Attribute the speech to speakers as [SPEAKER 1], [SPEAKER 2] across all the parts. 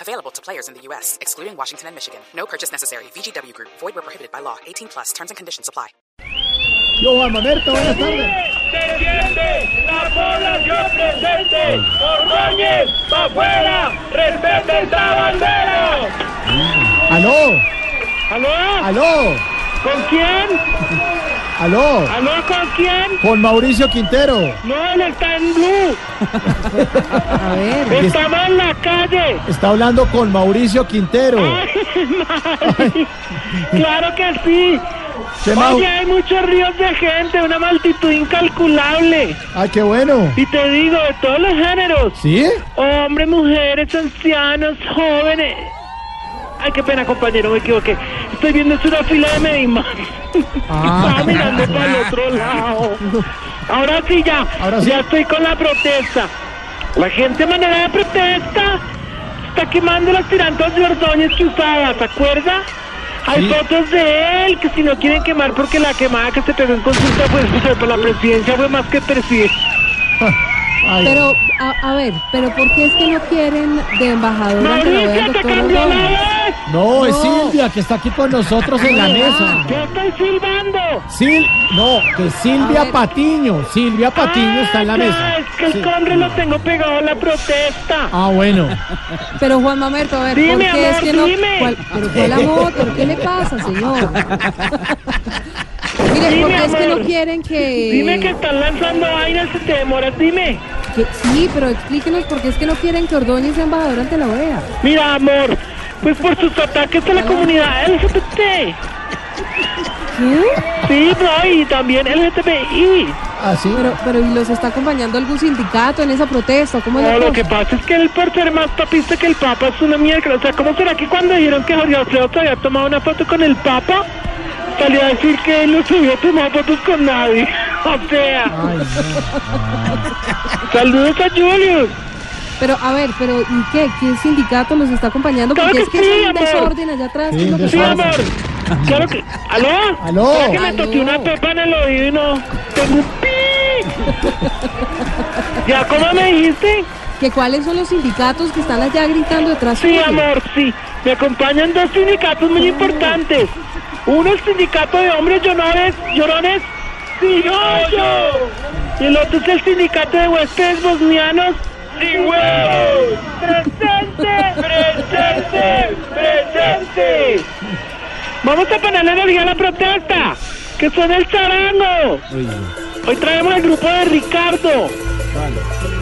[SPEAKER 1] Available to players in the U.S., excluding Washington and Michigan. No purchase necessary. VGW Group, void were prohibited by law. 18 plus terms and conditions apply.
[SPEAKER 2] Yo, Juan Mamerto, buenas tardes.
[SPEAKER 3] se siente la población presente. Ordóñez, para afuera, respeta esta bandera.
[SPEAKER 2] Aló,
[SPEAKER 3] ¿Aló?
[SPEAKER 2] aló,
[SPEAKER 3] ¿Con quién?
[SPEAKER 2] aló,
[SPEAKER 3] ¿Aló con quién?
[SPEAKER 2] con Mauricio Quintero.
[SPEAKER 3] No, él está en blue. Estaba en la calle.
[SPEAKER 2] Está hablando con Mauricio Quintero.
[SPEAKER 3] Claro que sí.
[SPEAKER 2] ¿Qué Mau-
[SPEAKER 3] Oye, hay muchos ríos de gente, una multitud incalculable.
[SPEAKER 2] Ay, qué bueno.
[SPEAKER 3] Y te digo, de todos los géneros.
[SPEAKER 2] ¿Sí?
[SPEAKER 3] Hombres, mujeres, ancianos, jóvenes. Ay, qué pena, compañero, me equivoqué. Estoy viendo es una fila de Medimán.
[SPEAKER 2] Ah.
[SPEAKER 3] Estaba mirando para el otro lado. Ahora sí ya,
[SPEAKER 2] Ahora sí.
[SPEAKER 3] ya estoy con la protesta. La gente a manera de protesta está quemando las tirantas de Ordóñez que usaba, ¿se acuerda? Hay
[SPEAKER 2] Sí.
[SPEAKER 3] fotos de él que si no quieren quemar porque la quemada que se pegó en consulta pues, para la presidencia fue más que presidencia.
[SPEAKER 2] Ay,
[SPEAKER 4] Pero, a, a ver, pero ¿por qué es que no quieren de embajadora que lo vea el
[SPEAKER 3] Mauricio, te
[SPEAKER 4] doctor
[SPEAKER 3] cambió la
[SPEAKER 4] Ordóñez?
[SPEAKER 3] voz.
[SPEAKER 2] no, es
[SPEAKER 4] No.
[SPEAKER 2] Silvia que está aquí con nosotros en la
[SPEAKER 4] Ah.
[SPEAKER 2] mesa.
[SPEAKER 3] Yo estoy silbando.
[SPEAKER 2] Sil no, que
[SPEAKER 4] A
[SPEAKER 2] Silvia
[SPEAKER 4] ver.
[SPEAKER 2] Patiño. Silvia Patiño está en la
[SPEAKER 3] Ah,
[SPEAKER 2] mesa.
[SPEAKER 3] Es que el conre lo tengo pegado a la protesta.
[SPEAKER 2] Ah, bueno.
[SPEAKER 4] Pero Juan Mamerto, a ver, ¿por
[SPEAKER 3] Dime,
[SPEAKER 4] qué
[SPEAKER 3] amor,
[SPEAKER 4] es que no?
[SPEAKER 3] dime.
[SPEAKER 4] ¿Cuál- pero ¿cuál amor? ¿Pero qué le pasa, señor? Mire,
[SPEAKER 3] Dime,
[SPEAKER 4] ¿por qué es que
[SPEAKER 3] amor.
[SPEAKER 4] no quieren que...
[SPEAKER 3] Dime que están lanzando vainas y te demoras, dime.
[SPEAKER 4] que- Sí, pero explíquenos por qué es que no quieren que Ordóñez sea embajador ante la OEA.
[SPEAKER 3] Mira, amor, pues por sus ataques
[SPEAKER 2] Ah.
[SPEAKER 3] a la comunidad LGBT. Sí, no, y también LGTBI.
[SPEAKER 2] Así.
[SPEAKER 4] Pero, pero ¿y los está acompañando algún sindicato en esa protesta? ¿Cómo es la
[SPEAKER 3] No, lo
[SPEAKER 4] cosa?
[SPEAKER 3] que pasa es que él por ser más papista que el Papa es una mierda. O sea, ¿cómo será que cuando dijeron que Jorge Alfredo se había tomado una foto con el Papa, salió a decir que él no se había tomado fotos con nadie? O sea...
[SPEAKER 2] Ay, no.
[SPEAKER 3] Saludos a Julius.
[SPEAKER 4] Pero, a ver, pero ¿y qué? ¿Qué sindicato los está acompañando?
[SPEAKER 3] Claro
[SPEAKER 4] Porque
[SPEAKER 3] que
[SPEAKER 4] es que
[SPEAKER 3] sí,
[SPEAKER 4] hay un
[SPEAKER 3] amor.
[SPEAKER 4] desorden allá atrás. ¿qué
[SPEAKER 2] Sí,
[SPEAKER 4] es lo que
[SPEAKER 3] Sí,
[SPEAKER 2] Pasa.
[SPEAKER 3] amor. Claro que. ¿Aló?
[SPEAKER 2] Aló.
[SPEAKER 3] ¿Será que me
[SPEAKER 4] Aló.
[SPEAKER 3] toqué una pepa en el oído y no. Tengo un pi. ¿Ya cómo me dijiste?
[SPEAKER 4] que cuáles son los sindicatos que están allá gritando detrás
[SPEAKER 3] Sí,
[SPEAKER 4] suyo.
[SPEAKER 3] amor, sí. Me acompañan dos sindicatos muy importantes. Uno el sindicato de hombres llorones, llorones, sin hoyo. Y el otro es el sindicato de huéspedes bosnianos, sin huevos. ¡Presente! ¡Presente! ¡Presente! Vamos a ponerle energía a la protesta, que son el charango. Hoy traemos el grupo de Ricardo.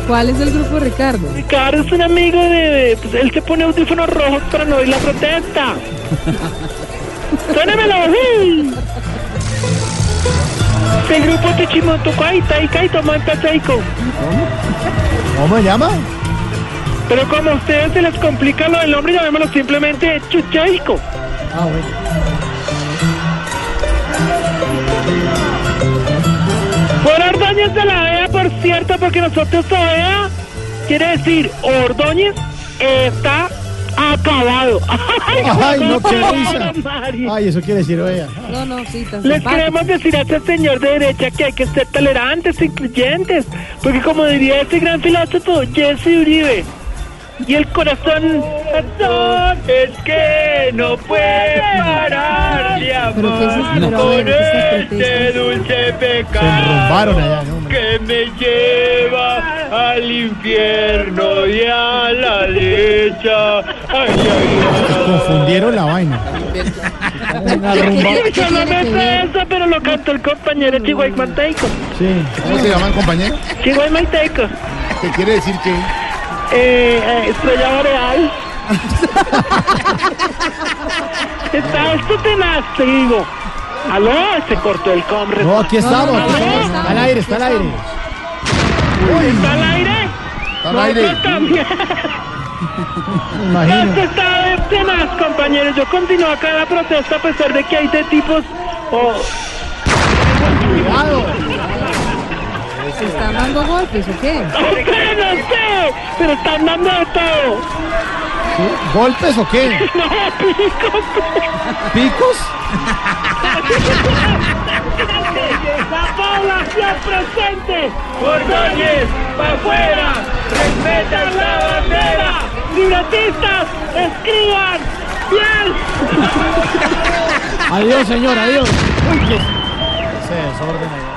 [SPEAKER 4] ¿Cuál es el grupo Ricardo?
[SPEAKER 3] Ricardo es un amigo de... pues, él se pone audífonos rojos para no oír la protesta. ¡Suénamelo! ¡uy! Este grupo te chimotocuaita y caito manta seiko.
[SPEAKER 2] ¿Cómo se llama?
[SPEAKER 3] Pero como a ustedes se les complica lo del hombre, llamémoslo simplemente chuchaico.
[SPEAKER 2] Ah, bueno.
[SPEAKER 3] Por Ordóñez de la OEA, por cierto, porque nosotros OEA quiere decir Ordóñez está acabado.
[SPEAKER 2] Ay, no, qué
[SPEAKER 3] Mari.
[SPEAKER 2] risa. Ay, eso quiere decir, oiga.
[SPEAKER 4] No, no, sí, tan
[SPEAKER 3] Les
[SPEAKER 4] simpático.
[SPEAKER 3] queremos decir a este señor de derecha que hay que ser tolerantes, incluyentes, porque como diría este gran filósofo Jesse Uribe, y el corazón, corazón es que no puede parar de
[SPEAKER 4] Pero ¿qué es esto?
[SPEAKER 3] amar con
[SPEAKER 4] Pero a ver, ¿qué es estas
[SPEAKER 3] este
[SPEAKER 4] protestas?
[SPEAKER 3] dulce
[SPEAKER 2] Se enrumbaron
[SPEAKER 3] pecado
[SPEAKER 2] allá, ¿no? hombre?
[SPEAKER 3] que me lleva al infierno y a la lecha. Ay, ay, ay.
[SPEAKER 2] Confundieron la vaina. Una rumba.
[SPEAKER 4] ¿Qué
[SPEAKER 3] Yo
[SPEAKER 4] tiene
[SPEAKER 3] no
[SPEAKER 4] que
[SPEAKER 3] me sé
[SPEAKER 4] ver?
[SPEAKER 3] eso, pero lo cantó el compañero Chihuahua Manteico.
[SPEAKER 2] Sí.
[SPEAKER 5] ¿Cómo se llaman, compañero?
[SPEAKER 3] Chihuahua Manteico.
[SPEAKER 5] ¿Qué quiere decir que?
[SPEAKER 3] Eh, eh, estrella Boreal. Está esto tenaz, te digo. Aló, se cortó el combre.
[SPEAKER 2] No, aquí estamos, aquí
[SPEAKER 3] no,
[SPEAKER 2] estamos.
[SPEAKER 3] no,
[SPEAKER 2] Está al aire, está al aire.
[SPEAKER 3] ¿Está al aire?
[SPEAKER 5] ¿Está al aire?
[SPEAKER 3] Nosotros también.
[SPEAKER 2] Me imagino.
[SPEAKER 3] Esto está de tenaz, compañeros. Yo continúo acá la protesta a pesar de que hay de tipos o
[SPEAKER 5] Cuidado.
[SPEAKER 4] ¿Se están dando golpes o qué?
[SPEAKER 3] ¡Usted no sé! Pero están dando de todo.
[SPEAKER 5] ¿Sí? ¿Golpes o qué?
[SPEAKER 3] No, pico.
[SPEAKER 5] ¿Picos?
[SPEAKER 3] La población presente. Ordóñez, para afuera. Respetan la bandera. Libretistas, escriban. Bien.
[SPEAKER 2] Adiós, señor, adiós. Uy, qué... Ese desorden ahí.